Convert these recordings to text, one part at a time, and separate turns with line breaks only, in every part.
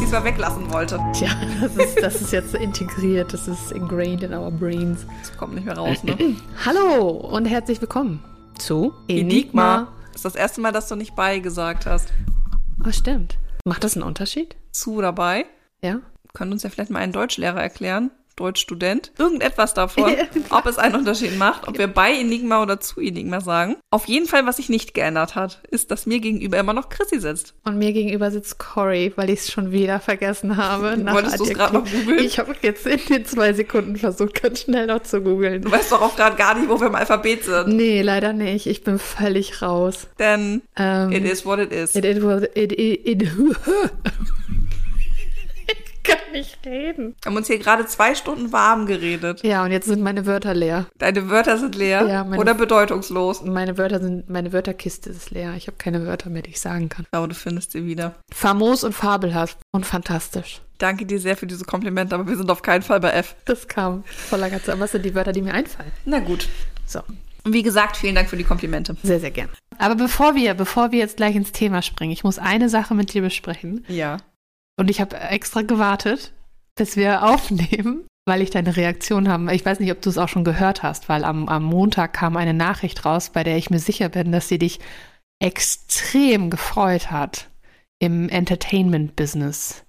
diesmal weglassen wollte.
Tja, das ist, das ist jetzt integriert, das ist ingrained in our brains.
Das kommt nicht mehr raus, ne?
Hallo und herzlich willkommen zu
Enigma. Das ist das erste Mal, dass du nicht bei gesagt hast.
Ah, stimmt. Macht das einen Unterschied?
Zu dabei.
Ja?
Können uns ja vielleicht mal einen Deutschlehrer erklären. Deutschstudent. Irgendetwas davon, ob es einen Unterschied macht, ob wir bei Enigma oder zu Enigma sagen. Auf jeden Fall, was sich nicht geändert hat, ist, dass mir gegenüber immer noch Chrissy sitzt.
Und mir gegenüber sitzt Cory, weil ich es schon wieder vergessen habe. nach
Wolltest du's grad
Adjektiv.
noch googeln?
Ich habe jetzt in den zwei Sekunden versucht, ganz schnell noch zu googeln.
Du weißt doch auch gerade gar nicht, wo wir im Alphabet sind.
Nee, leider nicht. Ich bin völlig raus.
Denn
Ähm,
it is what it is.
It, it was, it, it, it, ich kann nicht reden.
Wir haben uns hier gerade zwei Stunden warm geredet.
Ja, und jetzt sind meine Wörter leer.
Deine Wörter sind leer
Ja, meine-
oder bedeutungslos.
Meine Wörter sind, meine Wörterkiste ist leer. Ich habe keine Wörter mehr, die ich sagen kann.
Aber du findest sie wieder.
Famos und fabelhaft und fantastisch.
Danke dir sehr für diese Komplimente, aber wir sind auf keinen Fall bei F.
Das kam voller Gatze. Aber was sind die Wörter, die mir einfallen?
Na gut.
So,
Und wie gesagt, vielen Dank für die Komplimente.
sehr, sehr gern. Aber bevor wir, bevor wir jetzt gleich ins Thema springen, ich muss eine Sache mit dir besprechen.
Ja.
Und ich habe extra gewartet, bis wir aufnehmen, weil ich deine Reaktion haben. Ich weiß nicht, ob du es auch schon gehört hast, weil am, am Montag kam eine Nachricht raus, bei der ich mir sicher bin, dass sie dich extrem gefreut hat im Entertainment-Business.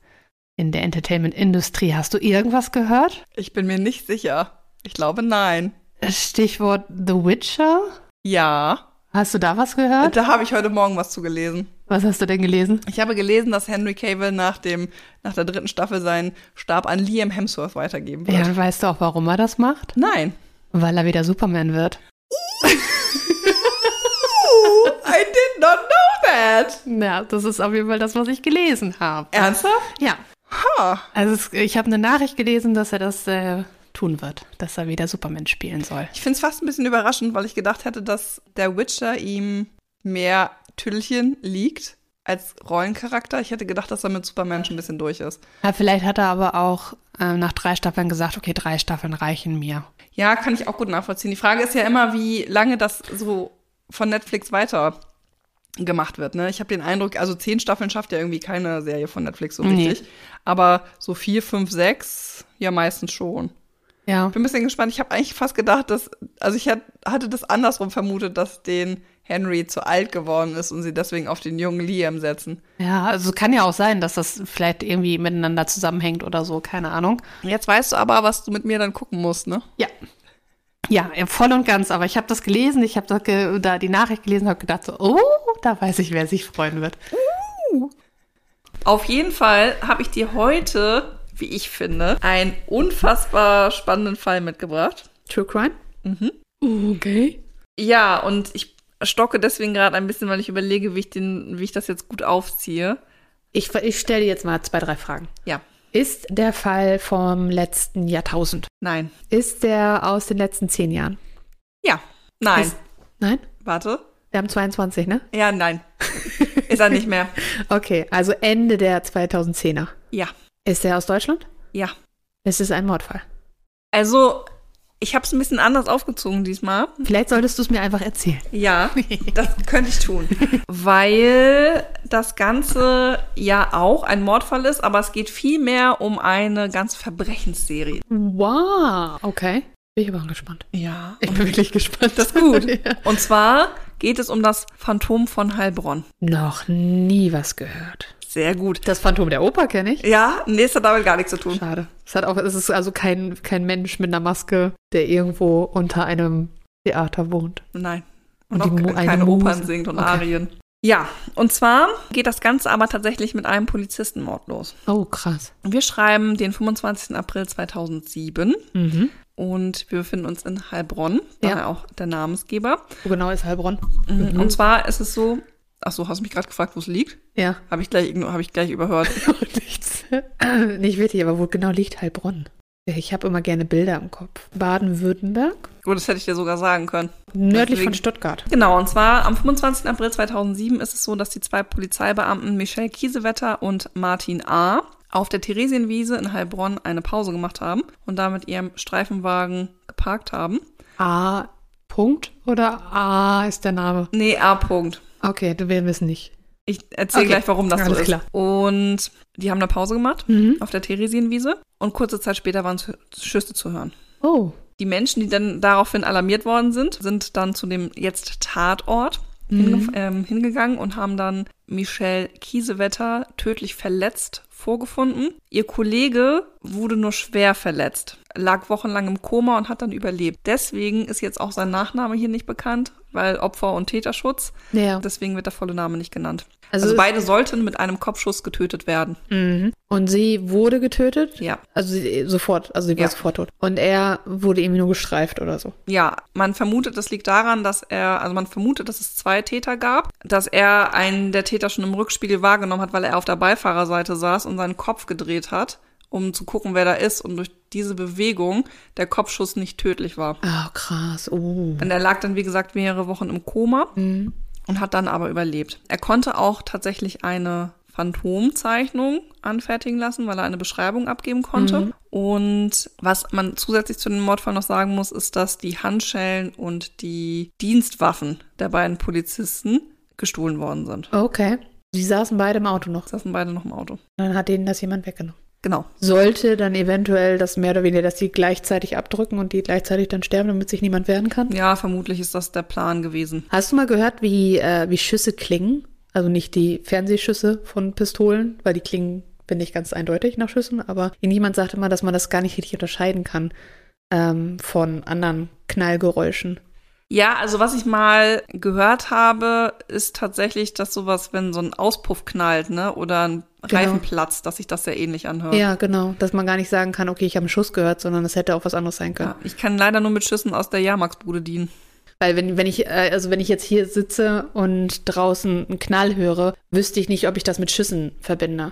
In der Entertainment-Industrie. Hast du irgendwas gehört?
Ich bin mir nicht sicher. Ich glaube, nein.
Stichwort The Witcher.
Ja.
Hast du da was gehört?
Da habe ich heute Morgen was zu gelesen.
Was hast du denn gelesen?
Ich habe gelesen, dass Henry Cavill nach, dem, nach der dritten Staffel seinen Stab an Liam Hemsworth weitergeben wird.
Ja, und weißt du auch, warum er das macht?
Nein.
Weil er wieder Superman wird.
Ooh, I did not know that.
Ja, das ist auf jeden Fall das, was ich gelesen habe.
Ernsthaft?
Ja.
Ha.
Also es, ich habe eine Nachricht gelesen, dass er das äh, tun wird, dass er wieder Superman spielen soll.
Ich finde es fast ein bisschen überraschend, weil ich gedacht hätte, dass der Witcher ihm mehr Tüllchen liegt als Rollencharakter. Ich hätte gedacht, dass er mit Superman schon ein bisschen durch ist.
Ja, vielleicht hat er aber auch äh, nach drei Staffeln gesagt, okay, drei Staffeln reichen mir.
Ja, kann ich auch gut nachvollziehen. Die Frage ist ja immer, wie lange das so von Netflix weiter gemacht wird. Ne? Ich habe den Eindruck, also zehn Staffeln schafft ja irgendwie keine Serie von Netflix so
Nee.
richtig. Aber so vier, fünf, sechs, ja meistens schon.
Ja.
bin ein bisschen gespannt. Ich habe eigentlich fast gedacht, dass, also ich hat, hatte das andersrum vermutet, dass den Henry zu alt geworden ist und sie deswegen auf den jungen Liam setzen.
Ja, also kann ja auch sein, dass das vielleicht irgendwie miteinander zusammenhängt oder so, keine Ahnung.
Jetzt weißt du aber, was du mit mir dann gucken musst, ne?
Ja. Ja, äh, voll und ganz. Aber ich habe das gelesen, ich habe da, ge da die Nachricht gelesen und habe gedacht, so, oh, da weiß ich, wer sich freuen wird.
Auf jeden Fall habe ich dir heute, wie ich finde, einen unfassbar spannenden Fall mitgebracht.
True Crime? Mhm. Okay.
Ja, und ich stocke deswegen gerade ein bisschen, weil ich überlege, wie ich, den, wie ich das jetzt gut aufziehe.
Ich, ich stelle dir jetzt mal zwei, drei Fragen.
Ja,
Ist der Fall vom letzten Jahrtausend?
nein.
Ist der aus den letzten zehn Jahren?
Ja, nein.
Ist, nein?
Warte.
Wir haben 22, ne?
Ja, nein. Ist er nicht mehr.
Okay, also Ende der 2010er.
Ja,
Ist der aus Deutschland?
ja.
Es ist ein Mordfall.
Also, ich habe es ein bisschen anders aufgezogen diesmal.
Vielleicht solltest du es mir einfach erzählen.
Ja, das könnte ich tun. Weil das Ganze ja auch ein Mordfall ist, aber es geht vielmehr um eine ganze Verbrechensserie.
Wow. Okay. Bin ich aber gespannt.
Ja.
Ich bin wirklich gespannt.
Das ist gut. Und zwar geht es um das Phantom von Heilbronn.
Noch nie was gehört.
Sehr gut.
Das Phantom der Oper kenne ich.
Ja, nee, es hat damit gar nichts zu tun.
Schade. Es, hat auch, es ist also kein, kein Mensch mit einer Maske, der irgendwo unter einem Theater wohnt.
Nein.
Und
Und,
die Mu-
auch ke-
eine
keine
Muse.
Opern singt und
Okay.
Arien. Ja, und zwar geht das Ganze aber tatsächlich mit einem Polizistenmord los.
Oh, krass.
Wir schreiben den 25. April 2007
Mhm.
und wir befinden uns in Heilbronn,
Ja.
daher auch der Namensgeber.
Wo genau ist Heilbronn?
Mhm.
Und zwar ist es so, ach so, hast du mich gerade gefragt, wo es liegt?
Ja.
Habe ich gleich igno- habe ich gleich überhört.
Nichts. Nicht wirklich, aber wo genau liegt Heilbronn? Ich habe immer gerne Bilder im Kopf. Baden-Württemberg?
Gut, das hätte ich dir sogar sagen können.
Nördlich von
Deswegen-
Stuttgart.
Genau, und zwar am 25. April 2007 ist es so, dass die zwei Polizeibeamten Michelle Kiesewetter und Martin A. auf der Theresienwiese in Heilbronn eine Pause gemacht haben und da mit ihrem Streifenwagen geparkt haben.
A. Punkt oder A ist der Name?
Nee, A. Punkt.
Okay, du- wir wissen nicht.
Ich erzähle
Okay.
gleich, warum das so
Alles
ist.
klar.
Und die haben eine Pause gemacht
Mhm.
auf der Theresienwiese und kurze Zeit später waren Schü- Schüsse zu hören.
Oh.
Die Menschen, die dann daraufhin alarmiert worden sind, sind dann zu dem jetzt Tatort
Mhm.
hingef- ähm, hingegangen und haben dann Michelle Kiesewetter tödlich verletzt vorgefunden. Ihr Kollege wurde nur schwer verletzt, lag wochenlang im Koma und hat dann überlebt. Deswegen ist jetzt auch sein Nachname hier nicht bekannt, weil Opfer- und Täterschutz.
Ja.
Deswegen wird der volle Name nicht genannt.
Also
Also,
es-
beide sollten mit einem Kopfschuss getötet werden.
Mhm. Und sie wurde getötet?
Ja.
Also sie, sofort, also sie war
Ja.
sofort tot. Und er wurde irgendwie nur gestreift oder so.
Ja, man vermutet, das liegt daran, dass er, also man vermutet, dass es zwei Täter gab, dass er einen der Täter schon im Rückspiegel wahrgenommen hat, weil er auf der Beifahrerseite saß und seinen Kopf gedreht hat, um zu gucken, wer da ist. Und durch diese Bewegung der Kopfschuss nicht tödlich war.
Ah, krass. Oh.
Und er lag dann, wie gesagt, mehrere Wochen im Koma
Mhm.
und hat dann aber überlebt. Er konnte auch tatsächlich eine Phantomzeichnung anfertigen lassen, weil er eine Beschreibung abgeben konnte. Und was man zusätzlich zu dem Mordfall noch sagen muss, ist, dass die Handschellen und die Dienstwaffen der beiden Polizisten gestohlen worden sind.
Okay. Sie saßen beide im Auto noch.
Saßen beide noch im Auto.
Dann hat denen das jemand weggenommen.
Genau.
Sollte dann eventuell das mehr oder weniger, dass die gleichzeitig abdrücken und die gleichzeitig dann sterben, damit sich niemand wehren kann?
Ja, vermutlich ist das der Plan gewesen.
Hast du mal gehört, wie, äh, wie Schüsse klingen? Also nicht die Fernsehschüsse von Pistolen, weil die klingen, bin ich ganz eindeutig nach Schüssen, aber irgendjemand sagte mal, dass man das gar nicht richtig unterscheiden kann ähm, von anderen Knallgeräuschen.
Ja, also was ich mal gehört habe, ist tatsächlich, dass sowas, wenn so ein Auspuff knallt, ne, oder ein
Genau.
Reifen platzt, dass sich das sehr ähnlich anhört.
Ja, genau. Dass man gar nicht sagen kann, okay, ich habe einen Schuss gehört, sondern das hätte auch was anderes sein können.
Ja, ich kann leider nur mit Schüssen aus der Jahrmarksbude dienen.
Weil wenn, wenn ich, äh, also wenn ich jetzt hier sitze und draußen einen Knall höre, wüsste ich nicht, ob ich das mit Schüssen verbinde.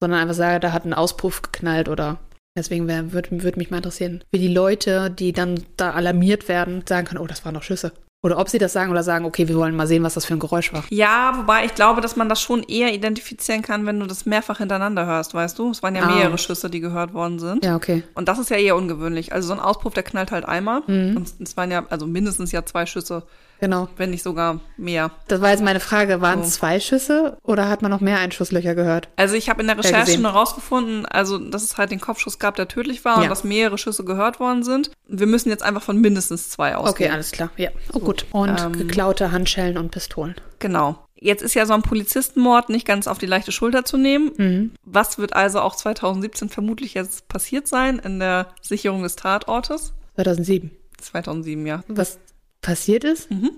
Sondern einfach sage, da hat ein Auspuff geknallt oder. Deswegen würde würd mich mal interessieren, wie die Leute, die dann da alarmiert werden, sagen können, oh, das waren doch Schüsse. Oder ob sie das sagen oder sagen, okay, wir wollen mal sehen, was das für ein Geräusch war.
Ja, wobei ich glaube, dass man das schon eher identifizieren kann, wenn du das mehrfach hintereinander hörst, weißt du? Es waren ja
Ah.
mehrere Schüsse, die gehört worden sind.
Ja, okay.
Und das ist ja eher ungewöhnlich. Also so ein Auspuff, der knallt halt einmal.
Mhm.
Und es waren ja, also mindestens ja zwei Schüsse,
Genau.
wenn nicht sogar mehr.
Das war jetzt meine Frage. Waren es
So.
zwei Schüsse oder hat man noch mehr Einschusslöcher gehört?
Also ich habe in der Recherche
gesehen.
noch rausgefunden, also dass es halt den Kopfschuss gab, der tödlich war
Ja.
und dass mehrere Schüsse gehört worden sind. Wir müssen jetzt einfach von mindestens zwei ausgehen.
Okay, alles klar. Ja. Oh, gut. Und
ähm,
geklaute Handschellen und Pistolen.
Genau. Jetzt ist ja so ein Polizistenmord nicht ganz auf die leichte Schulter zu nehmen.
Mhm.
Was wird also auch 2017 vermutlich jetzt passiert sein in der Sicherung des Tatortes?
2007.
2007, ja.
Was passiert ist?
Mhm.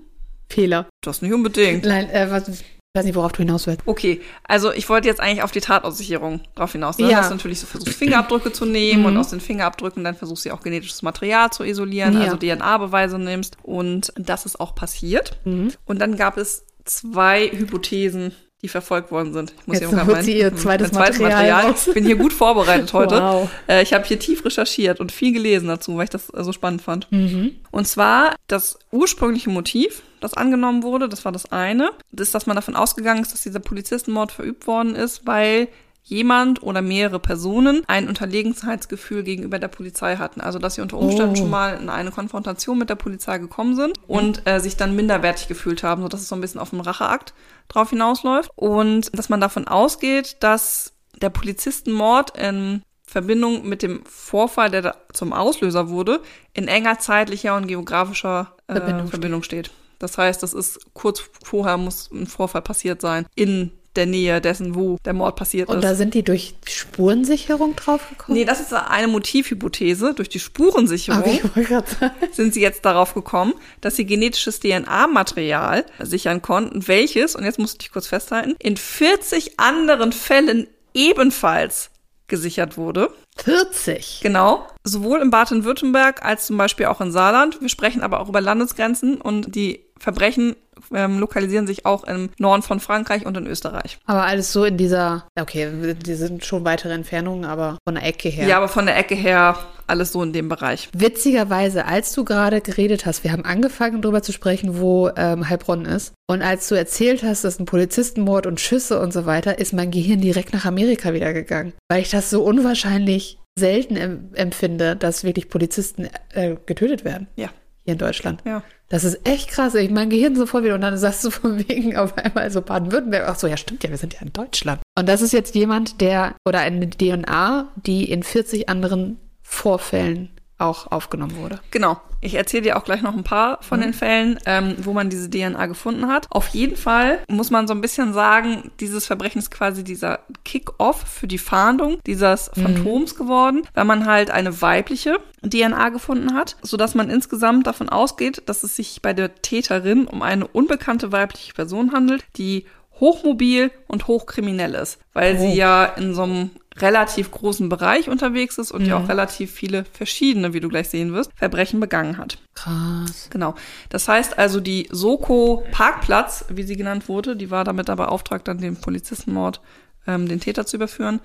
Fehler.
Das nicht unbedingt.
Nein, äh, was, ich weiß nicht, worauf du hinaus willst.
Okay, also ich wollte jetzt eigentlich auf die Tatortsicherung drauf hinaus. Ne?
Ja.
Ja. Dass du natürlich so versuchst, Fingerabdrücke zu nehmen
Mhm.
und aus den Fingerabdrücken dann versuchst du auch genetisches Material zu isolieren,
Ja.
also DNA-Beweise nimmst. Und das ist auch passiert.
Mhm.
Und dann gab es zwei Hypothesen, die verfolgt worden sind. Ich muss
Jetzt
hier mal
holt
mein-
sie ihr zweites
mein
Material raus.
Ich bin hier gut vorbereitet heute.
Wow.
Äh, ich habe hier tief recherchiert und viel gelesen dazu, weil ich das äh, so spannend fand.
Mhm.
Und zwar das ursprüngliche Motiv, das angenommen wurde, das war das eine, das ist, dass man davon ausgegangen ist, dass dieser Polizistenmord verübt worden ist, weil jemand oder mehrere Personen ein Unterlegenheitsgefühl gegenüber der Polizei hatten. Also dass sie unter Umständen
Oh.
schon mal in eine Konfrontation mit der Polizei gekommen sind und äh, sich dann minderwertig gefühlt haben, sodass es so ein bisschen auf einen Racheakt drauf hinausläuft. Und dass man davon ausgeht, dass der Polizistenmord in Verbindung mit dem Vorfall, der da zum Auslöser wurde, in enger zeitlicher und geografischer äh,
Verbindung
Verbindung, steht. Das heißt, das ist kurz vorher muss ein Vorfall passiert sein in der Nähe dessen, wo der Mord passiert
Und
ist.
da sind die durch Spurensicherung draufgekommen?
Nee, das ist eine Motivhypothese. Durch die Spurensicherung
Aber ich wollte gerade sagen.
sind sie jetzt darauf gekommen, dass sie genetisches DNA-Material sichern konnten, welches, und jetzt muss ich kurz festhalten, in 40 anderen Fällen ebenfalls gesichert wurde.
40.
Genau. Sowohl in Baden-Württemberg als zum Beispiel auch in Saarland. Wir sprechen aber auch über Landesgrenzen und die Verbrechen ähm, lokalisieren sich auch im Norden von Frankreich und in Österreich.
Aber alles so in dieser, okay, die sind schon weitere Entfernungen, aber von der Ecke her.
Ja, aber von der Ecke her alles so in dem Bereich.
Witzigerweise, als du gerade geredet hast, wir haben angefangen darüber zu sprechen, wo ähm, Heilbronn ist. Und als du erzählt hast, dass ein Polizistenmord und Schüsse und so weiter, ist mein Gehirn direkt nach Amerika wieder gegangen. Weil ich das so unwahrscheinlich selten em empfinde, dass wirklich Polizisten äh, getötet werden.
Ja.
Hier in Deutschland.
Ja.
Das ist echt krass. Ich mein Gehirn sofort wieder und dann sagst du von wegen auf einmal so Baden-Württemberg. Ach so, ja stimmt ja, wir sind ja in Deutschland. Und das ist jetzt jemand, der oder eine DNA, die in 40 anderen Vorfällen auch aufgenommen wurde.
Genau. Ich erzähle dir auch gleich noch ein paar von den Fällen, ähm, wo man diese DNA gefunden hat. Auf jeden Fall muss man so ein bisschen sagen, dieses Verbrechen ist quasi dieser Kick-off für die Fahndung dieses Phantoms geworden, weil man halt eine weibliche DNA gefunden hat, sodass man insgesamt davon ausgeht, dass es sich bei der Täterin um eine unbekannte weibliche Person handelt, die hochmobil und hochkriminell ist, weil
Oh.
sie ja in so einem relativ großen Bereich unterwegs ist und ja
Mhm.
auch relativ viele verschiedene, wie du gleich sehen wirst, Verbrechen begangen hat.
Krass.
Genau. Das heißt also, die Soko Parkplatz, wie sie genannt wurde, die war damit aber beauftragt, dann den Polizistenmord, ähm, den Täter zu überführen,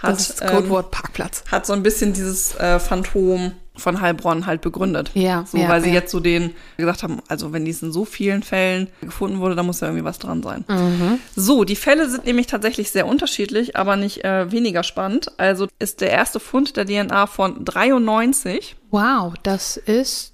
hat,
Das ist das
ähm,
Codewort Parkplatz.
hat so ein bisschen dieses äh, Phantom von Heilbronn halt begründet.
Ja,
So,
ja,
weil sie
ja.
jetzt so den gesagt haben, also wenn dies in so vielen Fällen gefunden wurde, da muss ja irgendwie was dran sein. So, die Fälle sind nämlich tatsächlich sehr unterschiedlich, aber nicht äh, weniger spannend. Also ist der erste Fund der DNA von 93
Wow, das ist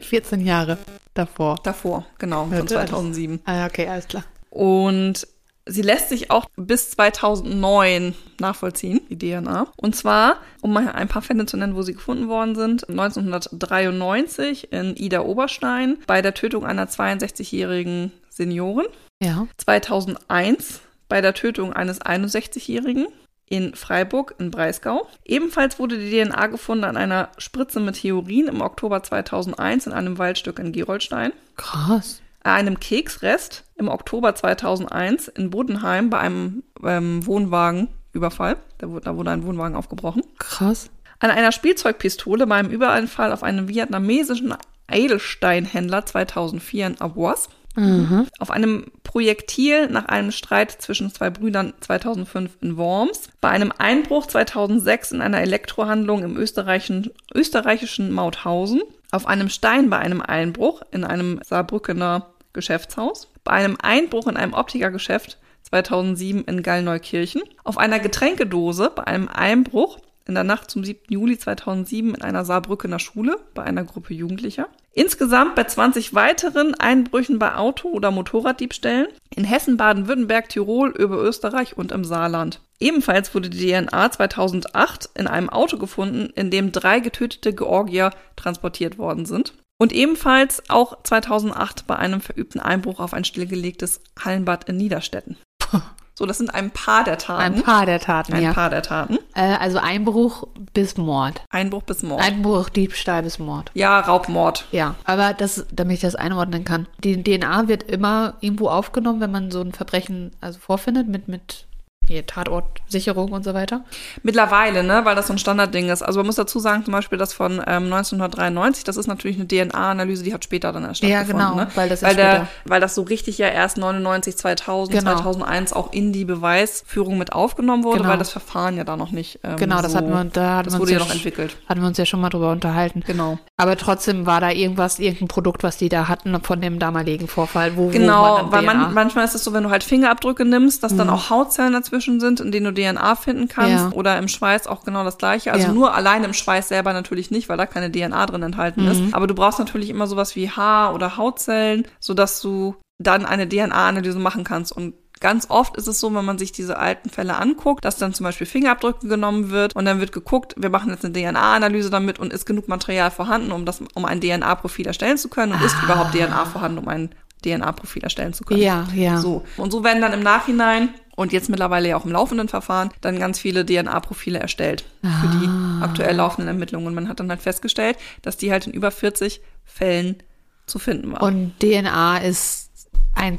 14 Jahre davor.
davor, genau,
Ja,
von
das-
2007.
Ah, okay, alles klar.
Und sie lässt sich auch bis 2009 nachvollziehen, die DNA. Und zwar, um mal ein paar Fälle zu nennen, wo sie gefunden worden sind, 1993 in Ida Oberstein bei der Tötung einer 62-jährigen Seniorin,
Ja.
2001 bei der Tötung eines 61-jährigen in Freiburg in Breisgau. Ebenfalls wurde die DNA gefunden an einer Spritze mit Theorin im Oktober 2001 in einem Waldstück in Gerolstein Äh,
Krass.
einem Keksrest im Oktober 2001 in Bodenheim bei einem ähm, Wohnwagenüberfall. Da wurde, da wurde ein Wohnwagen aufgebrochen.
Krass.
An einer Spielzeugpistole bei einem Übereinfall auf einen vietnamesischen Edelsteinhändler 2004 in Abuas.
Mhm.
Auf einem Projektil nach einem Streit zwischen zwei Brüdern 2005 in Worms. Bei einem Einbruch 2006 in einer Elektrohandlung im österreichischen, österreichischen Mauthausen. Auf einem Stein bei einem Einbruch in einem Saarbrückener Geschäftshaus. Bei einem Einbruch in einem Optikergeschäft 2007 in Gallneukirchen. Auf einer Getränkedose bei einem Einbruch in der Nacht zum 7. Juli 2007 in einer Saarbrückener Schule bei einer Gruppe Jugendlicher. Insgesamt bei 20 weiteren Einbrüchen bei Auto- oder Motorraddiebstählen in Hessen, Baden-Württemberg, Tirol, über Österreich und im Saarland. Ebenfalls wurde die DNA 2008 in einem Auto gefunden, in dem drei getötete Georgier transportiert worden sind. Und ebenfalls auch 2008 bei einem verübten Einbruch auf ein stillgelegtes Hallenbad in Niederstetten. So, das sind ein paar der Taten.
Ein paar der Taten,
Hm? Ein
ja.
paar der Taten.
Äh, also Einbruch bis Mord.
Einbruch bis Mord.
Einbruch, Diebstahl bis Mord.
ja, Raubmord.
Ja, aber das, damit ich das einordnen kann. Die DNA wird immer irgendwo aufgenommen, wenn man so ein Verbrechen also vorfindet mit, mit hier Tatortsicherung und so weiter.
Mittlerweile, ne, weil das so ein Standardding ist. Also man muss dazu sagen, zum Beispiel das von ähm, 1993, das ist natürlich eine DNA-Analyse, die hat später dann erst
Ja,
stattgefunden.
genau,
ne?
weil das ist
weil, der,
später.
weil das so richtig ja erst 99, 2000,
Genau.
2001 auch in die Beweisführung mit aufgenommen wurde,
Genau.
weil das Verfahren ja da noch nicht ähm,
Genau, das
so,
hatten wir, da hatten
das
wir uns
wurde ja noch
sch-
entwickelt.
Hatten wir uns ja schon mal drüber unterhalten.
Genau.
Aber trotzdem war da irgendwas, irgendein Produkt, was die da hatten von dem damaligen Vorfall, wo wo man
Genau,
dann
weil man,
DNA
manchmal ist es so, wenn du halt Fingerabdrücke nimmst, dass dann auch Hautzellen dazwischen sind, in denen du DNA finden kannst
Mhm. Ja.
oder im Schweiß auch genau das gleiche. Also
Ja.
nur allein im Schweiß selber natürlich nicht, weil da keine DNA drin enthalten ist.
Mhm.
Aber du brauchst natürlich immer sowas wie Haar- oder Hautzellen, sodass du dann eine DNA-Analyse machen kannst und Ganz oft ist es so, wenn man sich diese alten Fälle anguckt, dass dann zum Beispiel Fingerabdrücke genommen wird und dann wird geguckt, wir machen jetzt eine DNA-Analyse damit und ist genug Material vorhanden, um das, um ein DNA-Profil erstellen zu können und ist überhaupt DNA vorhanden, um ein DNA-Profil erstellen zu können.
Ah. Ja, ja.
So. Und so werden dann im Nachhinein und jetzt mittlerweile ja auch im laufenden Verfahren dann ganz viele DNA-Profile erstellt für die
Ah.
aktuell laufenden Ermittlungen. Und man hat dann halt festgestellt, dass die halt in über 40 Fällen zu finden war.
Und DNA ist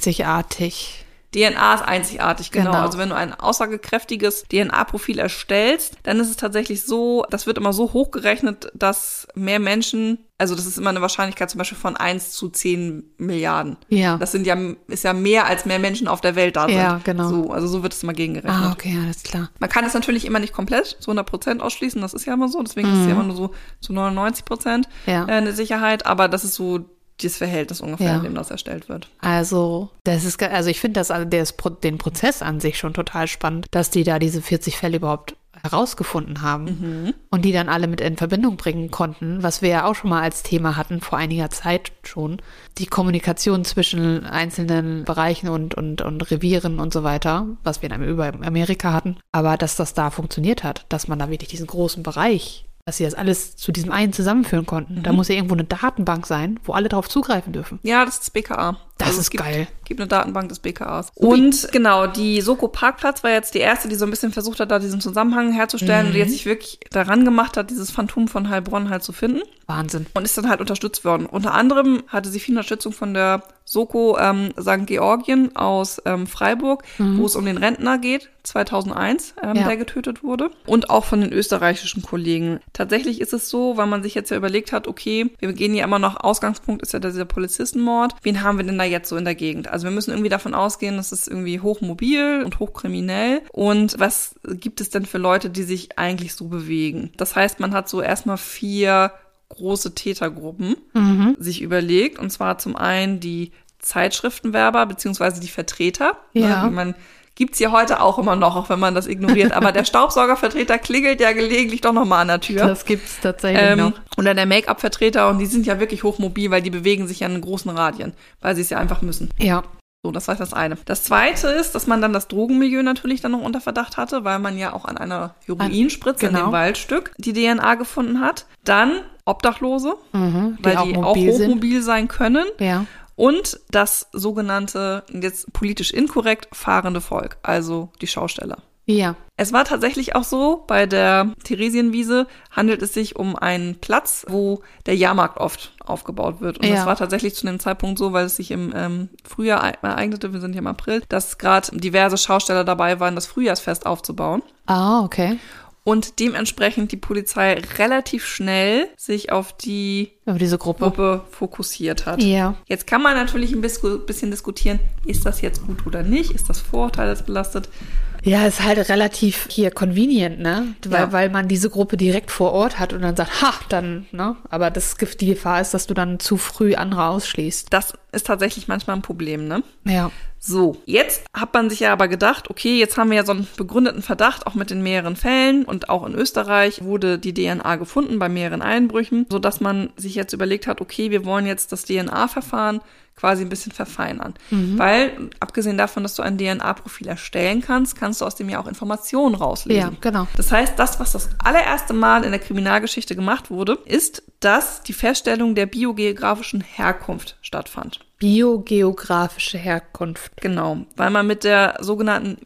einzigartig.
DNA ist einzigartig, genau.
Genau.
Also wenn du ein aussagekräftiges DNA-Profil erstellst, dann ist es tatsächlich so, das wird immer so hochgerechnet, dass mehr Menschen, also das ist immer eine Wahrscheinlichkeit zum Beispiel von 1 zu 10 Milliarden.
Ja.
Das sind ja, ist ja mehr als mehr Menschen auf der Welt da sind.
Ja, genau.
So, also so wird es immer gegengerechnet.
ah, okay, alles klar.
Man kann es natürlich immer nicht komplett zu 100% ausschließen, das ist ja immer so, deswegen ist es ja immer nur so zu 99%
Mhm. Ja.
äh, eine Sicherheit, aber das ist so das Verhältnis ungefähr,
Ja.
in dem das erstellt wird.
Also, das ist, ge- also ich finde das, also des Pro- den Prozess an sich schon total spannend, dass die da diese 40 Fälle überhaupt herausgefunden haben und die dann alle mit in Verbindung bringen konnten, was wir ja auch schon mal als Thema hatten, vor einiger Zeit schon. Die Kommunikation zwischen einzelnen Bereichen und, und, und Revieren und so weiter, was wir in Am- über Amerika hatten. Aber dass das da funktioniert hat, dass man da wirklich diesen großen Bereich, dass sie das alles zu diesem einen zusammenführen konnten. Da muss ja irgendwo eine Datenbank sein, wo alle drauf zugreifen dürfen.
Ja, das ist das BKA.
Das
Also es
ist
gibt,
geil.
gibt eine Datenbank des BKAs. Und genau, die Soko Parkplatz war jetzt die erste, die so ein bisschen versucht hat, da diesen Zusammenhang
Mhm.
herzustellen und die jetzt sich wirklich daran gemacht hat, dieses Phantom von Heilbronn halt zu finden.
Wahnsinn.
und ist dann halt unterstützt worden. Unter anderem hatte sie viel Unterstützung von der Soko ähm, St. Georgien aus ähm, Freiburg, wo es um den Rentner geht, 2001, ähm,
Ja.
der getötet wurde. Und auch von den österreichischen Kollegen. Tatsächlich ist es so, weil man sich jetzt ja überlegt hat, okay, wir gehen ja immer noch, Ausgangspunkt ist ja dieser Polizistenmord. Wen haben wir denn da jetzt so in der Gegend? Also wir müssen irgendwie davon ausgehen, das ist irgendwie hochmobil und hochkriminell. Und was gibt es denn für Leute, die sich eigentlich so bewegen? Das heißt, man hat so erstmal vier große Tätergruppen
Mhm.
sich überlegt. Und zwar zum einen die Zeitschriftenwerber beziehungsweise die Vertreter.
Ja.
Ne, wie man gibt's hier heute auch immer noch, auch wenn man das ignoriert. Aber der Staubsaugervertreter klingelt ja gelegentlich doch nochmal an der Tür.
Das gibt's tatsächlich
ähm,
noch.
oder der Make-up-Vertreter und die sind ja wirklich hochmobil, weil die bewegen sich ja in großen Radien, weil sie es ja einfach müssen.
Ja.
So, das war das eine. Das zweite ist, dass man dann das Drogenmilieu natürlich dann noch unter Verdacht hatte, weil man ja auch an einer Heroinspritze in
genau.
dem Waldstück die DNA gefunden hat. Dann Obdachlose,
Mhm,
weil die auch hochmobil sein können.
Ja.
Und das sogenannte, jetzt politisch inkorrekt, fahrende Volk, also die Schausteller.
Ja.
Es war tatsächlich auch so, bei der Theresienwiese handelt es sich um einen Platz, wo der Jahrmarkt oft aufgebaut wird. Und
Ja.
das war tatsächlich zu dem Zeitpunkt so, weil es sich im ähm, Frühjahr e- ereignete, wir sind ja im April, dass gerade diverse Schausteller dabei waren, das Frühjahrsfest aufzubauen.
Ah, okay.
Und dementsprechend die Polizei relativ schnell sich auf die
Über diese Gruppe.
Gruppe fokussiert hat.
Ja.
Jetzt kann man natürlich ein bisku- bisschen diskutieren, ist das jetzt gut oder nicht? Ist das vorurteilsbelastet?
Ja, ist halt relativ hier convenient, ne? Weil,
Ja.
weil man diese Gruppe direkt vor Ort hat und dann sagt, ha, dann, ne? Aber das, Gef- die Gefahr ist, dass du dann zu früh andere ausschließt.
Das ist tatsächlich manchmal ein Problem, ne?
Ja.
So, jetzt hat man sich ja aber gedacht, okay, jetzt haben wir ja so einen begründeten Verdacht, auch mit den mehreren Fällen und auch in Österreich wurde die DNA gefunden bei mehreren Einbrüchen, sodass man sich jetzt überlegt hat, okay, wir wollen jetzt das DNA-Verfahren quasi ein bisschen verfeinern. Weil, abgesehen davon, dass du ein DNA-Profil erstellen kannst, kannst du aus dem ja auch Informationen rauslesen.
Ja, genau.
Das heißt, das, was das allererste Mal in der Kriminalgeschichte gemacht wurde, ist, dass die Feststellung der biogeografischen Herkunft stattfand.
Biogeografische Herkunft.
Genau, weil man mit der sogenannten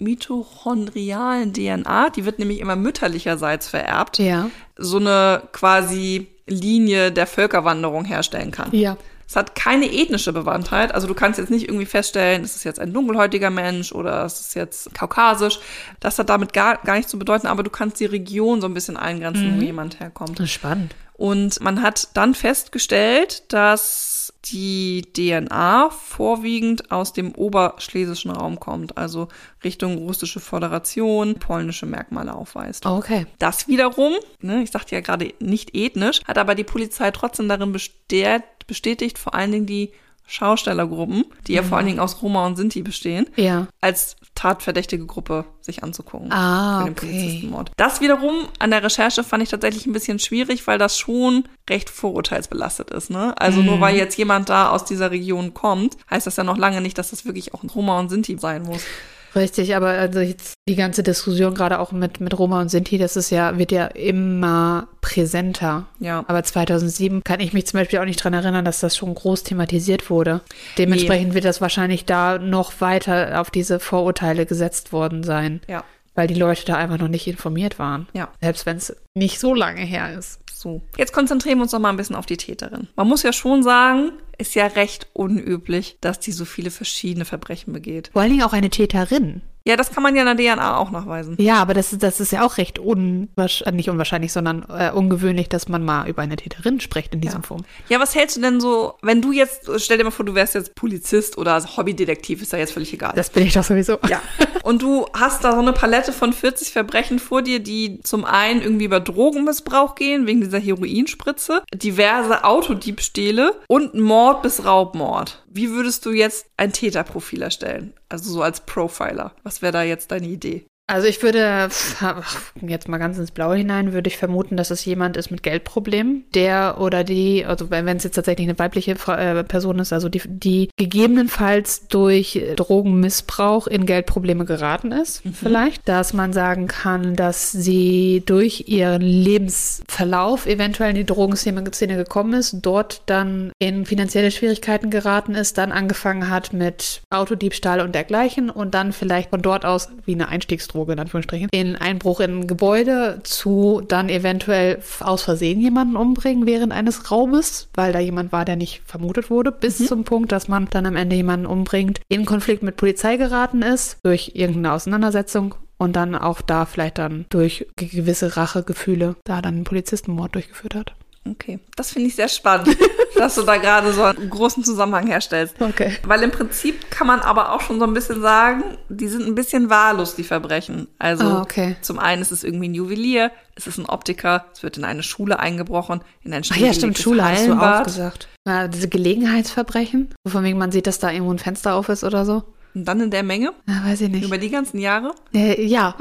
mitochondrialen DNA, die wird nämlich immer mütterlicherseits vererbt,
Ja.
so eine quasi Linie der Völkerwanderung herstellen kann.
Ja.
Es hat keine ethnische Bewandtheit, also du kannst jetzt nicht irgendwie feststellen, ist es jetzt ein dunkelhäutiger Mensch oder ist es jetzt kaukasisch. Das hat damit gar, gar nichts zu bedeuten, aber du kannst die Region so ein bisschen eingrenzen, wo jemand herkommt.
Das ist spannend.
Und man hat dann festgestellt, dass die DNA vorwiegend aus dem oberschlesischen Raum kommt, also Richtung russische Föderation, polnische Merkmale aufweist.
Okay.
Das wiederum, ne, ich sagte ja gerade nicht ethnisch, hat aber die Polizei trotzdem darin bestärkt, bestätigt, vor allen Dingen die Schaustellergruppen, die ja vor
Mhm.
allen Dingen aus Roma und Sinti bestehen,
Ja.
als tatverdächtige Gruppe sich anzugucken.
Ah,
für den
okay.
Polizistenmord. Das wiederum an der Recherche fand ich tatsächlich ein bisschen schwierig, weil das schon recht vorurteilsbelastet ist. Ne? Also
Mhm.
nur weil jetzt jemand da aus dieser Region kommt, heißt das ja noch lange nicht, dass das wirklich auch ein Roma und Sinti sein muss.
Richtig, aber also jetzt die ganze Diskussion gerade auch mit, mit Roma und Sinti, das ist ja, wird ja immer präsenter.
Ja.
Aber 2007 kann ich mich zum Beispiel auch nicht dran erinnern, dass das schon groß thematisiert wurde. Dementsprechend wird das wahrscheinlich da noch weiter auf diese Vorurteile gesetzt worden sein,
Ja,
weil die Leute da einfach noch nicht informiert waren.
ja.
Selbst wenn es nicht so lange her ist.
So. Jetzt konzentrieren wir uns noch mal ein bisschen auf die Täterin. Man muss ja schon sagen, ist ja recht unüblich, dass die so viele verschiedene Verbrechen begeht.
Vor allen Dingen auch eine Täterin.
Ja, das kann man ja in der DNA auch nachweisen.
Ja, aber das ist, das ist ja auch recht unwahrscheinlich, nicht unwahrscheinlich, sondern äh, ungewöhnlich, dass man mal über eine Täterin spricht in diesem Form.
Ja, was hältst du denn so, wenn du jetzt, stell dir mal vor, du wärst jetzt Polizist oder Hobbydetektiv, ist ja jetzt völlig egal.
Das bin ich doch sowieso.
Ja. Und du hast da so eine Palette von 40 Verbrechen vor dir, die zum einen irgendwie über Drogenmissbrauch gehen, wegen dieser Heroinspritze, diverse Autodiebstähle und Mord bis Raubmord. Wie würdest du jetzt ein Täterprofil erstellen? Also so als Profiler. Was wäre da jetzt deine Idee?
Also ich würde, pff, ach, jetzt mal ganz ins Blaue hinein, würde ich vermuten, dass es jemand ist mit Geldproblemen, der oder die, also wenn wenn es jetzt tatsächlich eine weibliche Fra- äh, Person ist, also die, die gegebenenfalls durch Drogenmissbrauch in Geldprobleme geraten ist,
Mhm.
vielleicht, dass man sagen kann, dass sie durch ihren Lebensverlauf eventuell in die Drogenszene Szene gekommen ist, dort dann in finanzielle Schwierigkeiten geraten ist, dann angefangen hat mit Autodiebstahl und dergleichen und dann vielleicht von dort aus wie eine Einstiegsdroge in Anführungsstrichen in Einbruch in ein Gebäude zu dann eventuell f- aus Versehen jemanden umbringen während eines Raubes, weil da jemand war, der nicht vermutet wurde, bis zum Punkt, dass man dann am Ende jemanden umbringt, in Konflikt mit Polizei geraten ist durch irgendeine Auseinandersetzung und dann auch da vielleicht dann durch ge- gewisse Rachegefühle da dann einen Polizistenmord durchgeführt hat.
Okay, das finde ich sehr spannend, dass du da gerade so einen großen Zusammenhang herstellst.
Okay.
Weil im Prinzip kann man aber auch schon so ein bisschen sagen, die sind ein bisschen wahllos, die Verbrechen. Also
Ah, okay.
zum einen ist es irgendwie ein Juwelier, es ist ein Optiker, es wird in eine Schule eingebrochen, in ein
Ach ja, stimmt,
stillgelegtes
Schule hast du auch
Hallenbad.
gesagt. Ja, diese Gelegenheitsverbrechen, wovon wegen man sieht, dass da irgendwo ein Fenster auf ist oder so.
Und dann in der Menge,
Ja, weiß ich nicht.
über die ganzen Jahre,
Äh, ja.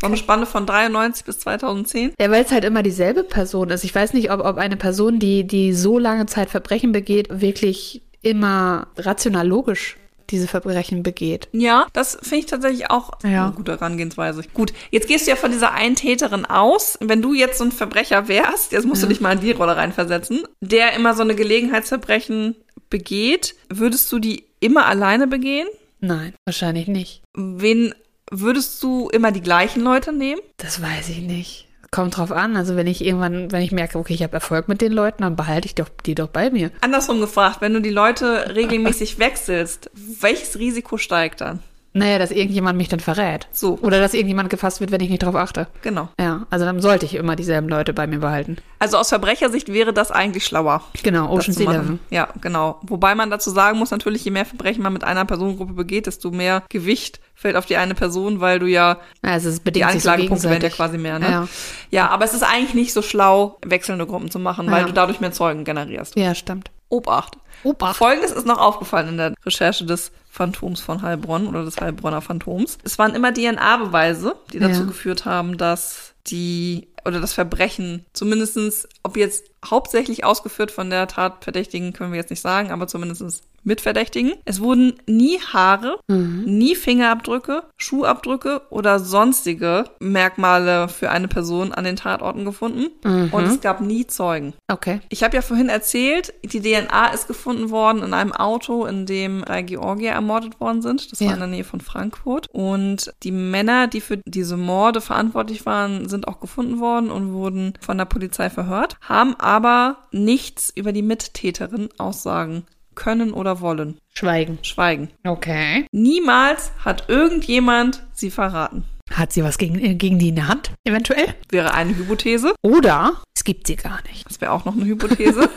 so eine Spanne von 93 bis 2010.
ja, weil es halt immer dieselbe Person ist. Ich weiß nicht, ob, ob eine Person, die, die so lange Zeit Verbrechen begeht, wirklich immer rational logisch diese Verbrechen begeht.
Ja, das finde ich tatsächlich auch
Ja.
eine gute Herangehensweise. Gut, jetzt gehst du ja von dieser einen Täterin aus. Wenn du jetzt so ein Verbrecher wärst, jetzt musst du dich mal in die Rolle reinversetzen, der immer so eine Gelegenheitsverbrechen begeht, würdest du die immer alleine begehen?
Nein, wahrscheinlich nicht.
Wen würdest du immer die gleichen Leute nehmen?
Das weiß ich nicht. Kommt drauf an. Also wenn ich irgendwann, wenn ich merke, okay, ich habe Erfolg mit den Leuten, dann behalte ich doch die doch bei mir.
Andersrum gefragt, wenn du die Leute regelmäßig wechselst, welches Risiko steigt dann?
Naja, dass irgendjemand mich dann verrät.
So,
Oder dass irgendjemand gefasst wird, wenn ich nicht drauf achte.
genau.
Ja, also dann sollte ich immer dieselben Leute bei mir behalten.
Also aus Verbrechersicht wäre das eigentlich schlauer.
Genau,
das
Ocean's
zu machen.
Eleven.
Ja, genau. Wobei man dazu sagen muss, natürlich, je mehr Verbrechen man mit einer Personengruppe begeht, desto mehr Gewicht fällt auf die eine Person, weil du ja
Ja, es ist
die
bedingt sich so
Anklagepunkte werden ja
gegenseitig.
quasi mehr, ne?
Ja.
Ja, aber es ist eigentlich nicht so schlau, wechselnde Gruppen zu machen, weil
Ja.
du dadurch mehr Zeugen generierst.
ja, stimmt.
Obacht.
Obacht.
Folgendes ist noch aufgefallen in der Recherche des Phantoms von Heilbronn oder des Heilbronner Phantoms. Es waren immer DNA-Beweise, die dazu
Ja.
geführt haben, dass die oder das Verbrechen, zumindestens, ob jetzt hauptsächlich ausgeführt von der Tatverdächtigen, können wir jetzt nicht sagen, aber zumindestens Mitverdächtigen. Es wurden nie Haare, nie Fingerabdrücke, Schuhabdrücke oder sonstige Merkmale für eine Person an den Tatorten gefunden. Und es gab nie Zeugen.
Okay.
Ich habe ja vorhin erzählt, die DNA ist gefunden worden in einem Auto, in dem drei Georgier ermordet worden sind. Das war
Ja.
in der Nähe von Frankfurt. Und die Männer, die für diese Morde verantwortlich waren, sind auch gefunden worden und wurden von der Polizei verhört, haben aber nichts über die Mittäterin aussagen können oder wollen.
Schweigen.
Schweigen.
Okay.
Niemals hat irgendjemand sie verraten.
Hat sie was gegen, äh, gegen die in der Hand? Eventuell.
Wäre eine Hypothese.
Oder es gibt sie gar nicht.
Das wäre auch noch eine Hypothese.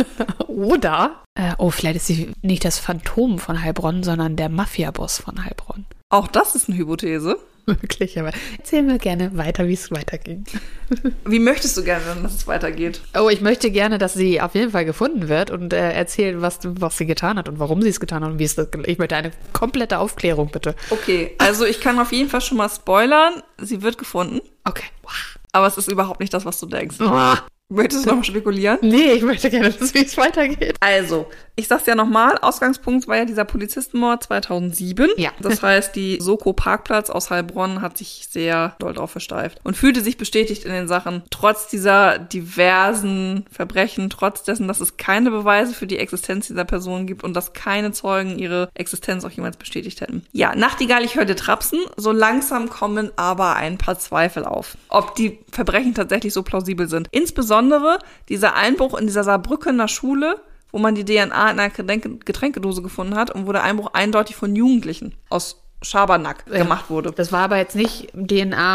Oder
Äh, oh, vielleicht ist sie nicht das Phantom von Heilbronn, sondern der Mafia-Boss von Heilbronn.
auch das ist eine Hypothese.
möglicherweise.
Erzähl mir gerne weiter, wie es weiterging.
Wie möchtest du gerne, dass es weitergeht?
Oh, ich möchte gerne, dass sie auf jeden Fall gefunden wird und äh, erzählt, was, was sie getan hat und warum sie es getan hat und wie es das. Ich möchte eine komplette Aufklärung, bitte.
Okay, also ich kann auf jeden Fall schon mal spoilern. Sie wird gefunden,
Okay.
aber es ist überhaupt nicht das, was du denkst.
Ah,
Möchtest du nochmal spekulieren?
nee, ich möchte gerne, dass wie es weitergeht.
Also, ich sag's ja nochmal, Ausgangspunkt war ja dieser Polizistenmord 2007.
Ja.
Das heißt, die Soko Parkplatz aus Heilbronn hat sich sehr doll drauf versteift und fühlte sich bestätigt in den Sachen, trotz dieser diversen Verbrechen, trotz dessen, dass es keine Beweise für die Existenz dieser Person gibt und dass keine Zeugen ihre Existenz auch jemals bestätigt hätten. Ja, Nachtigall, ich hörte Trapsen. So langsam kommen aber ein paar Zweifel auf, ob die Verbrechen tatsächlich so plausibel sind. Insbesondere dieser Einbruch in dieser Saarbrückener Schule wo man die DNA in einer Gedenk- Getränkedose gefunden hat und wo der Einbruch eindeutig von Jugendlichen aus Schabernack
Ja.
Äh, gemacht wurde.
Das war aber jetzt nicht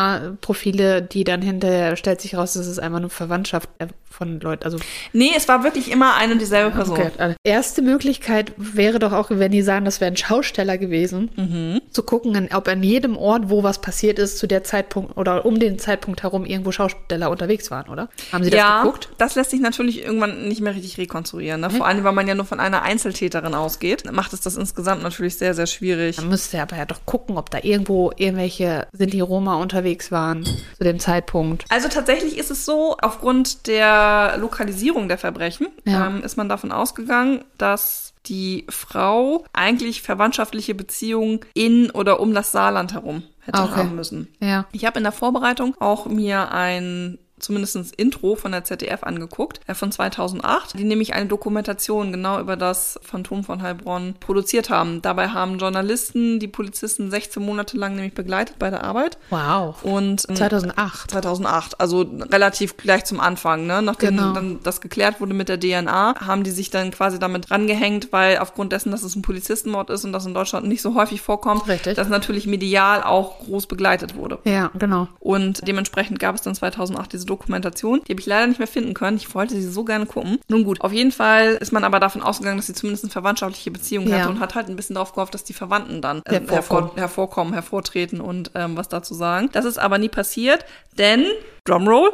DNA-Profile, die dann hinterher stellt sich raus, das ist einfach eine Verwandtschaft äh, von Leuten. Also
Nee, es war wirklich immer eine und dieselbe Person.
Ah, okay. alle. erste Möglichkeit wäre doch auch, wenn die sagen, das wäre ein Schausteller gewesen,
Mhm.
zu gucken, an- ob an jedem Ort, wo was passiert ist, zu der Zeitpunkt oder um den Zeitpunkt herum irgendwo Schausteller unterwegs waren, oder? Haben Sie das
ja,
geguckt? Mhm.
das lässt sich natürlich irgendwann nicht mehr richtig rekonstruieren. Ne? Vor allem, weil man ja nur von einer Einzeltäterin ausgeht, macht es das insgesamt natürlich sehr, sehr schwierig.
Man müsste aber ja doch gucken, ob da irgendwo irgendwelche Sinti-Roma unterwegs waren zu dem Zeitpunkt.
Also tatsächlich ist es so, aufgrund der Lokalisierung der Verbrechen
Ja.
ähm, ist man davon ausgegangen, dass die Frau eigentlich verwandtschaftliche Beziehungen in oder um das Saarland herum hätte
Ah, okay.
haben müssen.
Ja.
Ich habe in der Vorbereitung auch mir ein zumindest ein Intro von der ZDF angeguckt, äh, von 2008, die nämlich eine Dokumentation genau über das Phantom von Heilbronn produziert haben. Dabei haben Journalisten die Polizisten 16 Monate lang nämlich begleitet bei der Arbeit
Wow.
und ähm,
2008.
2008, also relativ gleich zum Anfang, ne? Nachdem
Genau.
dann das geklärt wurde mit der DNA, haben die sich dann quasi damit rangehängt, weil aufgrund dessen, dass es ein Polizistenmord ist und das in Deutschland nicht so häufig vorkommt,
Richtig.
das natürlich medial auch groß begleitet wurde.
Ja, genau.
Und dementsprechend gab es dann 2008 diese Dokumentation. Die habe ich leider nicht mehr finden können. Ich wollte sie so gerne gucken. Nun gut, auf jeden Fall ist man aber davon ausgegangen, dass sie zumindest eine verwandtschaftliche Beziehung
Ja.
hatte und hat halt ein bisschen darauf gehofft, dass die Verwandten dann äh,
Hervorkommen.
hervorkommen. Hervor, hervorkommen, hervortreten und ähm, was dazu sagen. Das ist aber nie passiert, denn Drumroll,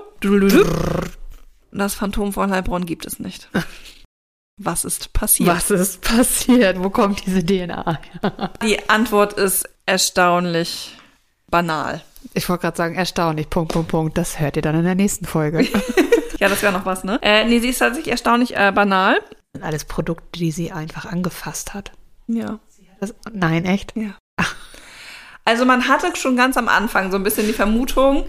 das Phantom von Heilbronn gibt es nicht. Was ist passiert?
Was ist passiert? Wo kommt diese DNA her?
Die Antwort ist erstaunlich banal.
Ich wollte gerade sagen, erstaunlich, Punkt, Punkt, Punkt. Das hört ihr dann in der nächsten Folge.
Ja, das wäre noch was, ne? Äh, nee, sie ist tatsächlich erstaunlich äh, banal.
sind alles Produkte, die sie einfach angefasst hat.
Ja.
Das, nein, echt?
Ja. Also man hatte schon ganz am Anfang so ein bisschen die Vermutung,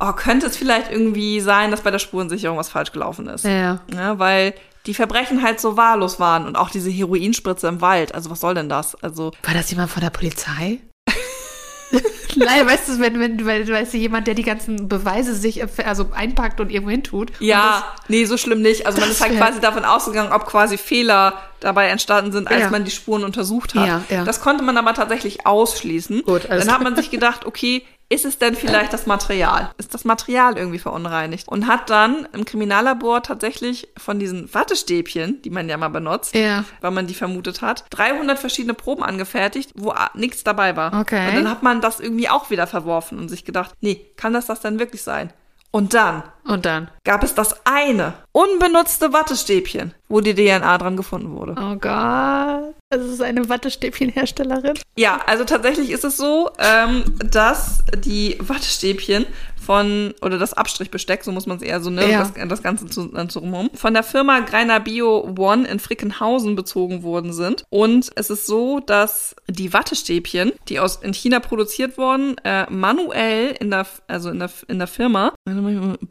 oh, könnte es vielleicht irgendwie sein, dass bei der Spurensicherung was falsch gelaufen ist.
Ja.
Ja, weil die Verbrechen halt so wahllos waren und auch diese Heroinspritze im Wald. Also was soll denn das? Also
War das jemand von der Polizei?
Nein, weißt du, wenn, wenn, wenn weißt du, jemand, der die ganzen Beweise sich äh, also einpackt und irgendwo hintut. und
ja, nee, so schlimm nicht. Also man ist halt
wär-
quasi davon ausgegangen, ob quasi Fehler dabei entstanden sind, als
Ja.
man die Spuren untersucht hat.
Ja, ja.
Das konnte man aber tatsächlich ausschließen.
Gut, also- alles
Dann hat man sich gedacht, okay, ist es denn vielleicht das Material? Ist das Material irgendwie verunreinigt? Und hat dann im Kriminallabor tatsächlich von diesen Wattestäbchen, die man ja mal benutzt,
Ja.
weil man die vermutet hat, 300 verschiedene Proben angefertigt, wo a- nichts dabei war.
Okay.
Und dann hat man das irgendwie auch wieder verworfen und sich gedacht, nee, kann das das dann wirklich sein? Und dann
Und dann?
gab es das eine unbenutzte Wattestäbchen, wo die DNA dran gefunden wurde.
Das, oh Gott, das ist eine Wattestäbchenherstellerin.
Ja, also tatsächlich ist es so, ähm, dass die Wattestäbchen von, oder das Abstrichbesteck, so muss man es eher so nennen,
Ja.
das, das Ganze zu, äh, zu rumrum, von der Firma Greiner Bio One in Frickenhausen bezogen worden sind. Und es ist so, dass die Wattestäbchen, die aus, in China produziert wurden, äh, manuell in der, also in der, in der Firma,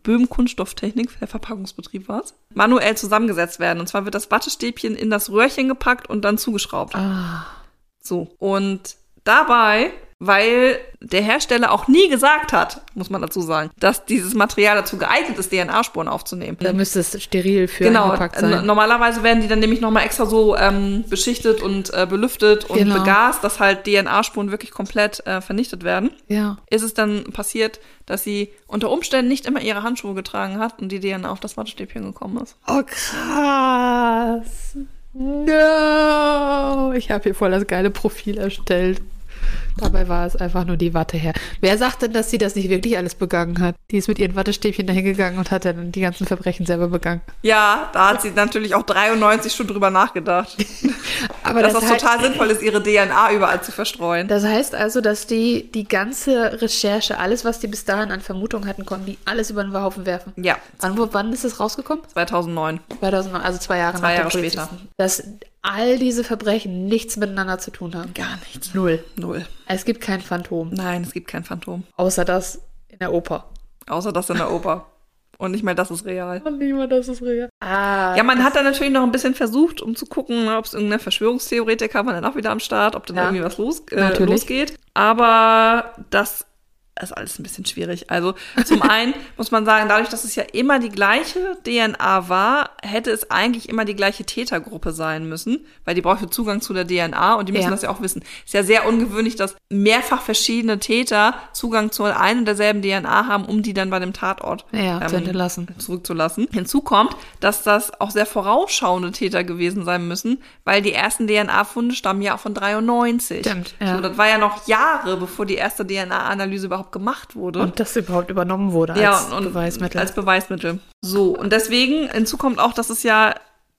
Böhm Kunststofftechnik, der Verpackungsbetrieb war's, manuell zusammengesetzt werden. Und zwar wird das Wattestäbchen in das Röhrchen gepackt und dann zugeschraubt.
Ah,
So. Und dabei, weil der Hersteller auch nie gesagt hat, muss man dazu sagen, dass dieses Material dazu geeignet ist, DNA-Spuren aufzunehmen.
Da müsste es steril für
Genau,
äh,
eingepackt
n-
sein.
normalerweise werden die dann nämlich nochmal extra so ähm, beschichtet und äh, belüftet und
Genau.
begast, dass halt DNA-Spuren wirklich komplett äh, vernichtet werden.
Ja.
Ist es dann passiert, dass sie unter Umständen nicht immer ihre Handschuhe getragen hat und die DNA auf das Wattestäbchen gekommen ist?
Oh krass. No. Ich habe hier voll das geile Profil erstellt. Dabei war es einfach nur die Watte her. Wer sagt denn, dass sie das nicht wirklich alles begangen hat? Die ist mit ihren Wattestäbchen dahin gegangen und hat dann die ganzen Verbrechen selber begangen.
Ja, da hat sie natürlich auch 93 schon drüber nachgedacht.
Aber
dass
das,
das
heißt,
total sinnvoll ist, ihre DNA überall zu verstreuen.
das heißt also, dass die die ganze Recherche, alles, was die bis dahin an Vermutungen hatten, konnten die alles über den Haufen werfen.
Ja,
Wann, wo- wann ist es rausgekommen?
2009.
2009, also zwei Jahre
Zwei
nach
Jahre
der
später.
Polizisten. Dass all diese Verbrechen nichts miteinander zu tun haben.
Gar nichts.
Null.
Null.
Es gibt kein Phantom,
Nein, es gibt kein Phantom.
außer das in der Oper.
Außer das in der Oper. Und nicht mal das ist real.
Und niemand, das ist real. Ah,
Ja, man hat dann natürlich noch ein bisschen versucht, um zu gucken, ne, ob es irgendeine Verschwörungstheoretiker war dann auch wieder am Start, ob dann
Ja.
irgendwie was los, äh,
Natürlich.
losgeht. Aber das ist alles ein bisschen schwierig. Also zum einen muss man sagen, dadurch, dass es ja immer die gleiche DNA war, hätte es eigentlich immer die gleiche Tätergruppe sein müssen, weil die braucht ja Zugang zu der DNA und die müssen
Ja.
das ja auch wissen. Ist ja sehr ungewöhnlich, dass mehrfach verschiedene Täter Zugang zu ein und derselben DNA haben, um die dann bei dem Tatort
Ja,
ähm,
zu hinterlassen.
zurückzulassen. Hinzu kommt, dass das auch sehr vorausschauende Täter gewesen sein müssen, weil die ersten DNA-Funde stammen ja von 93.
Stimmt, ja.
So, das war ja noch Jahre, bevor die erste DNA-Analyse überhaupt gemacht wurde.
Und das überhaupt übernommen wurde als Beweismittel.
Als Beweismittel. So, und deswegen, hinzu kommt auch, dass es ja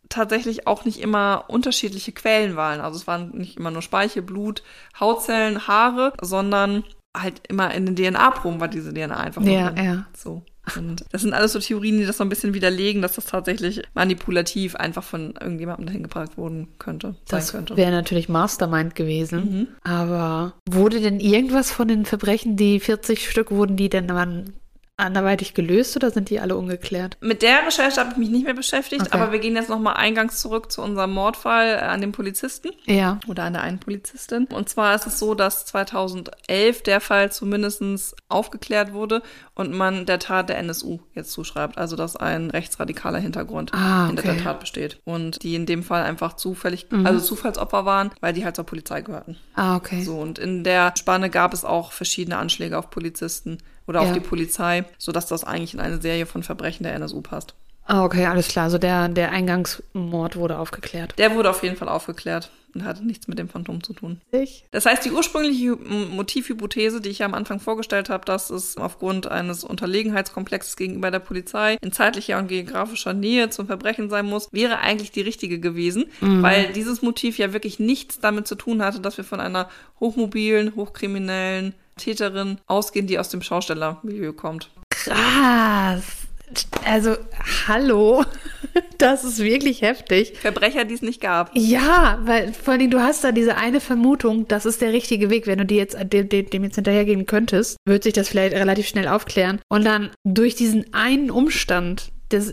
tatsächlich auch nicht immer unterschiedliche Quellen waren. Also es waren nicht immer nur Speichel, Blut, Hautzellen, Haare, sondern halt immer in den DNA-Proben war diese DNA einfach nur
Ja,
drin.
ja.
So. Und das sind alles so Theorien, die das so ein bisschen widerlegen, dass das tatsächlich manipulativ einfach von irgendjemandem dahin gebracht worden könnte,
das
sein könnte.
wäre natürlich Mastermind gewesen.
Mhm.
Aber wurde denn irgendwas von den Verbrechen, die 40 Stück wurden, die denn dann anderweitig gelöst oder sind die alle ungeklärt?
Mit der Recherche habe ich mich nicht mehr beschäftigt,
Okay.
aber wir gehen jetzt nochmal eingangs zurück zu unserem Mordfall äh, an den Polizisten.
Ja.
oder an der einen Polizistin. Und zwar ist es so, dass 2011 der Fall zumindest aufgeklärt wurde und man der Tat der NSU jetzt zuschreibt. Also, dass ein rechtsradikaler Hintergrund
Ah,
hinter der
okay. Mhm.
Tat besteht. Und die in dem Fall einfach zufällig, also Zufallsopfer waren, weil die halt zur Polizei gehörten.
Ah, okay.
So, und in der Spanne gab es auch verschiedene Anschläge auf Polizisten oder auf
Ja.
die Polizei, sodass das eigentlich in eine Serie von Verbrechen der NSU passt.
Ah, okay, alles klar. Also der, der Eingangsmord wurde aufgeklärt.
Der wurde auf jeden Fall aufgeklärt und hatte nichts mit dem Phantom zu tun.
Ich?
Das heißt, die ursprüngliche Hy- M- Motivhypothese, die ich ja am Anfang vorgestellt habe, dass es aufgrund eines Unterlegenheitskomplexes gegenüber der Polizei in zeitlicher und geografischer Nähe zum Verbrechen sein muss, wäre eigentlich die richtige gewesen,
Mhm.
weil dieses Motiv ja wirklich nichts damit zu tun hatte, dass wir von einer hochmobilen, hochkriminellen Täterin ausgehen, die aus dem Schaustellermilieu kommt.
Krass. Also, hallo. Das ist wirklich heftig.
Verbrecher, die es nicht gab.
Ja, weil vor allen Dingen, du hast da diese eine Vermutung, das ist der richtige Weg. Wenn du die jetzt, dem, dem, dem jetzt hinterhergehen könntest, wird sich das vielleicht relativ schnell aufklären. Und dann durch diesen einen Umstand des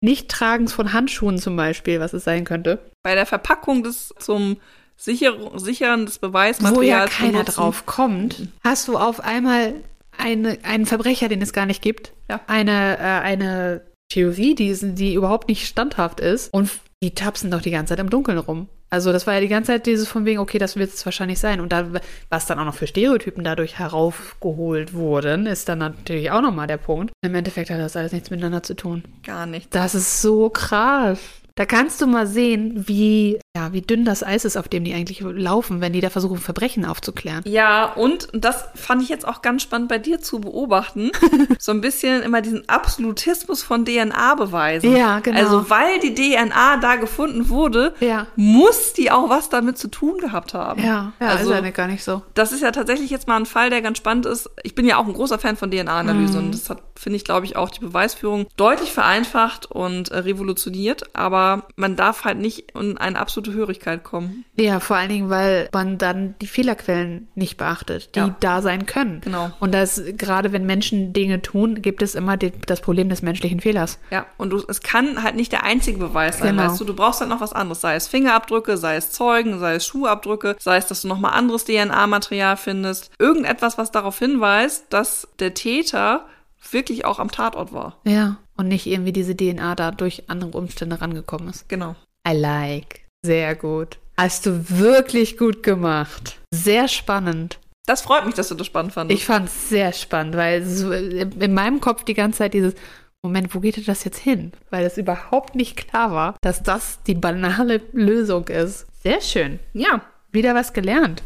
Nichttragens von Handschuhen zum Beispiel, was es sein könnte,
Bei der Verpackung des zum Sicher Sichern des
wo ja
Beweismaterials
keiner
benutzen-
drauf kommt, hast du auf einmal eine, einen Verbrecher, den es gar nicht gibt.
Ja.
Eine, äh, eine Theorie, die, ist- die überhaupt nicht standhaft ist. Und f- die tapsen doch die ganze Zeit im Dunkeln rum. Also das war ja die ganze Zeit dieses von wegen, okay, das wird es wahrscheinlich sein. Und da, was dann auch noch für Stereotypen dadurch heraufgeholt wurden, ist dann natürlich auch nochmal der Punkt. Im Endeffekt hat das alles nichts miteinander zu tun.
gar nichts.
Das ist so krass. Da kannst du mal sehen, wie, ja, wie dünn das Eis ist, auf dem die eigentlich laufen, wenn die da versuchen, Verbrechen aufzuklären.
Ja, und das fand ich jetzt auch ganz spannend bei dir zu beobachten. so ein bisschen immer diesen Absolutismus von DNA-Beweisen.
Ja, genau.
Also, weil die DNA da gefunden wurde,
Ja.
muss die auch was damit zu tun gehabt haben.
Ja, ja
also,
ist ja nicht gar nicht so.
das ist ja tatsächlich jetzt mal ein Fall, der ganz spannend ist. Ich bin ja auch ein großer Fan von DNA-Analyse
Mhm.
und das hat, finde ich, glaube ich, auch die Beweisführung deutlich vereinfacht und äh, revolutioniert. Aber man darf halt nicht in eine absolute Hörigkeit kommen.
Ja, vor allen Dingen, weil man dann die Fehlerquellen nicht beachtet, die
Ja.
da sein können.
Genau.
Und das, gerade wenn Menschen Dinge tun, gibt es immer die, das Problem des menschlichen Fehlers.
Ja, und du, es kann halt nicht der einzige Beweis sein,
Genau.
weißt du, du brauchst halt noch was anderes, sei es Fingerabdrücke, sei es Zeugen, sei es Schuhabdrücke, sei es, dass du nochmal anderes DNA-Material findest, irgendetwas, was darauf hinweist, dass der Täter wirklich auch am Tatort war.
Ja. Und nicht irgendwie diese DNA da durch andere Umstände rangekommen ist.
Genau.
I like. Sehr gut. Hast du wirklich gut gemacht. Sehr spannend.
Das freut mich, dass du das spannend fandest.
Ich fand es sehr spannend, weil es so in meinem Kopf die ganze Zeit dieses Moment, wo geht denn das jetzt hin? Weil es überhaupt nicht klar war, dass das die banale Lösung ist. Sehr schön.
ja,
Wieder was gelernt.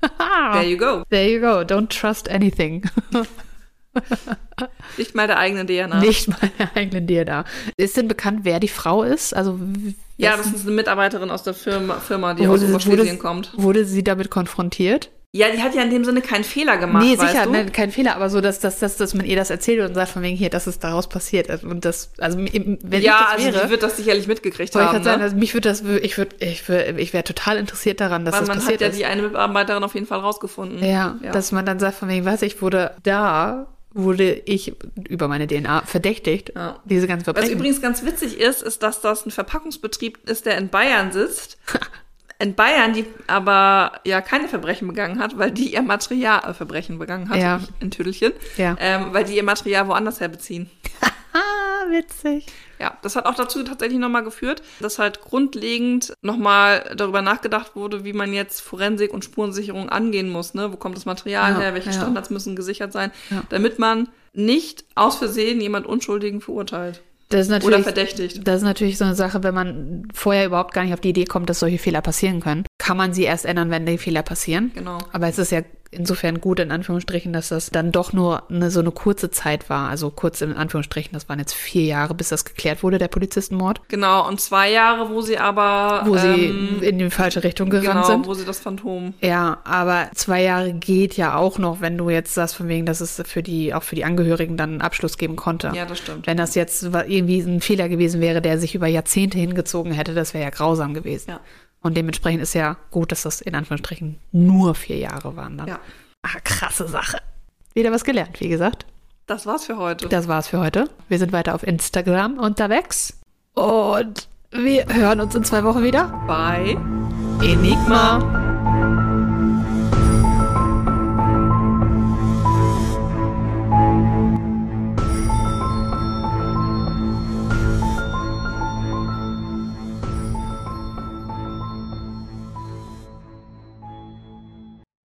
there you go.
There you go. Don't trust anything.
Nicht mal der eigenen DNA.
Nicht meine eigenen DNA. Ist denn bekannt, wer die Frau ist? Also w-
Ja,
wessen-
das ist eine Mitarbeiterin aus der Firma, Firma die aus
wurde,
Oberschlesien
wurde,
kommt.
wurde sie damit konfrontiert?
Ja, die hat ja in dem Sinne keinen Fehler gemacht,
nee,
weißt
sicher, ne?
du?
nein, kein Fehler, aber so, dass, dass, dass, dass man ihr das erzählt und sagt, von wegen hier, das ist daraus passiert. Und das, also im- wenn ich
ja,
das
also
wäre,
die wird das sicherlich mitgekriegt
Wollte ich
haben.
gerade sagen,
ne?
also mich würde das, ich würde, ich, würd, ich wäre total interessiert daran, dass
Weil
das
man hat
passiert
ja
ist.
die eine Mitarbeiterin auf jeden Fall rausgefunden.
ja,
Ja.
dass man dann sagt, von wegen, was, ich wurde da, wurde ich über meine DNA verdächtigt.
Ja.
Diese ganzen
Was
Verbrechen.
übrigens ganz witzig ist, ist, dass das ein Verpackungsbetrieb ist, der in Bayern sitzt. in Bayern, die aber ja keine Verbrechen begangen hat, weil die ihr Material, äh, Verbrechen begangen hat,
Ja.
in Tüdelchen,
Ja.
ähm, weil die ihr Material woanders her beziehen.
Ah, witzig.
Ja, das hat auch dazu tatsächlich nochmal geführt, dass halt grundlegend nochmal darüber nachgedacht wurde, wie man jetzt Forensik und Spurensicherung angehen muss. Ne? Wo kommt das Material
Ja,
her? Welche
ja.
Standards müssen gesichert sein?
Ja.
Damit man nicht aus Versehen jemand Unschuldigen verurteilt
Das ist
oder
natürlich,
verdächtigt.
das ist natürlich so eine Sache, wenn man vorher überhaupt gar nicht auf die Idee kommt, dass solche Fehler passieren können, kann man sie erst ändern, wenn die Fehler passieren.
Genau.
Aber es ist ja insofern gut, in Anführungsstrichen, dass das dann doch nur eine, so eine kurze Zeit war. Also kurz in Anführungsstrichen, das waren jetzt vier Jahre, bis das geklärt wurde, der Polizistenmord,
Genau, und zwei Jahre, wo sie aber.
wo
ähm,
sie in die falsche Richtung gerannt
Genau,
sind.
wo sie das Phantom.
Ja, aber zwei Jahre geht ja auch noch, wenn du jetzt sagst, von wegen, dass es für die, auch für die Angehörigen dann einen Abschluss geben konnte.
Ja, das stimmt.
Wenn das jetzt wa- irgendwie ein Fehler gewesen wäre, der sich über Jahrzehnte hingezogen hätte, das wäre ja grausam gewesen.
Ja.
Und dementsprechend ist ja gut, dass das in Anführungsstrichen nur vier Jahre waren dann.
Ja.
Ach, Ah, krasse Sache. Wieder was gelernt, wie gesagt.
Das war's für heute.
Das war's für heute. Wir sind weiter auf Instagram unterwegs. Und wir hören uns in zwei Wochen wieder.
Bye.
Enigma.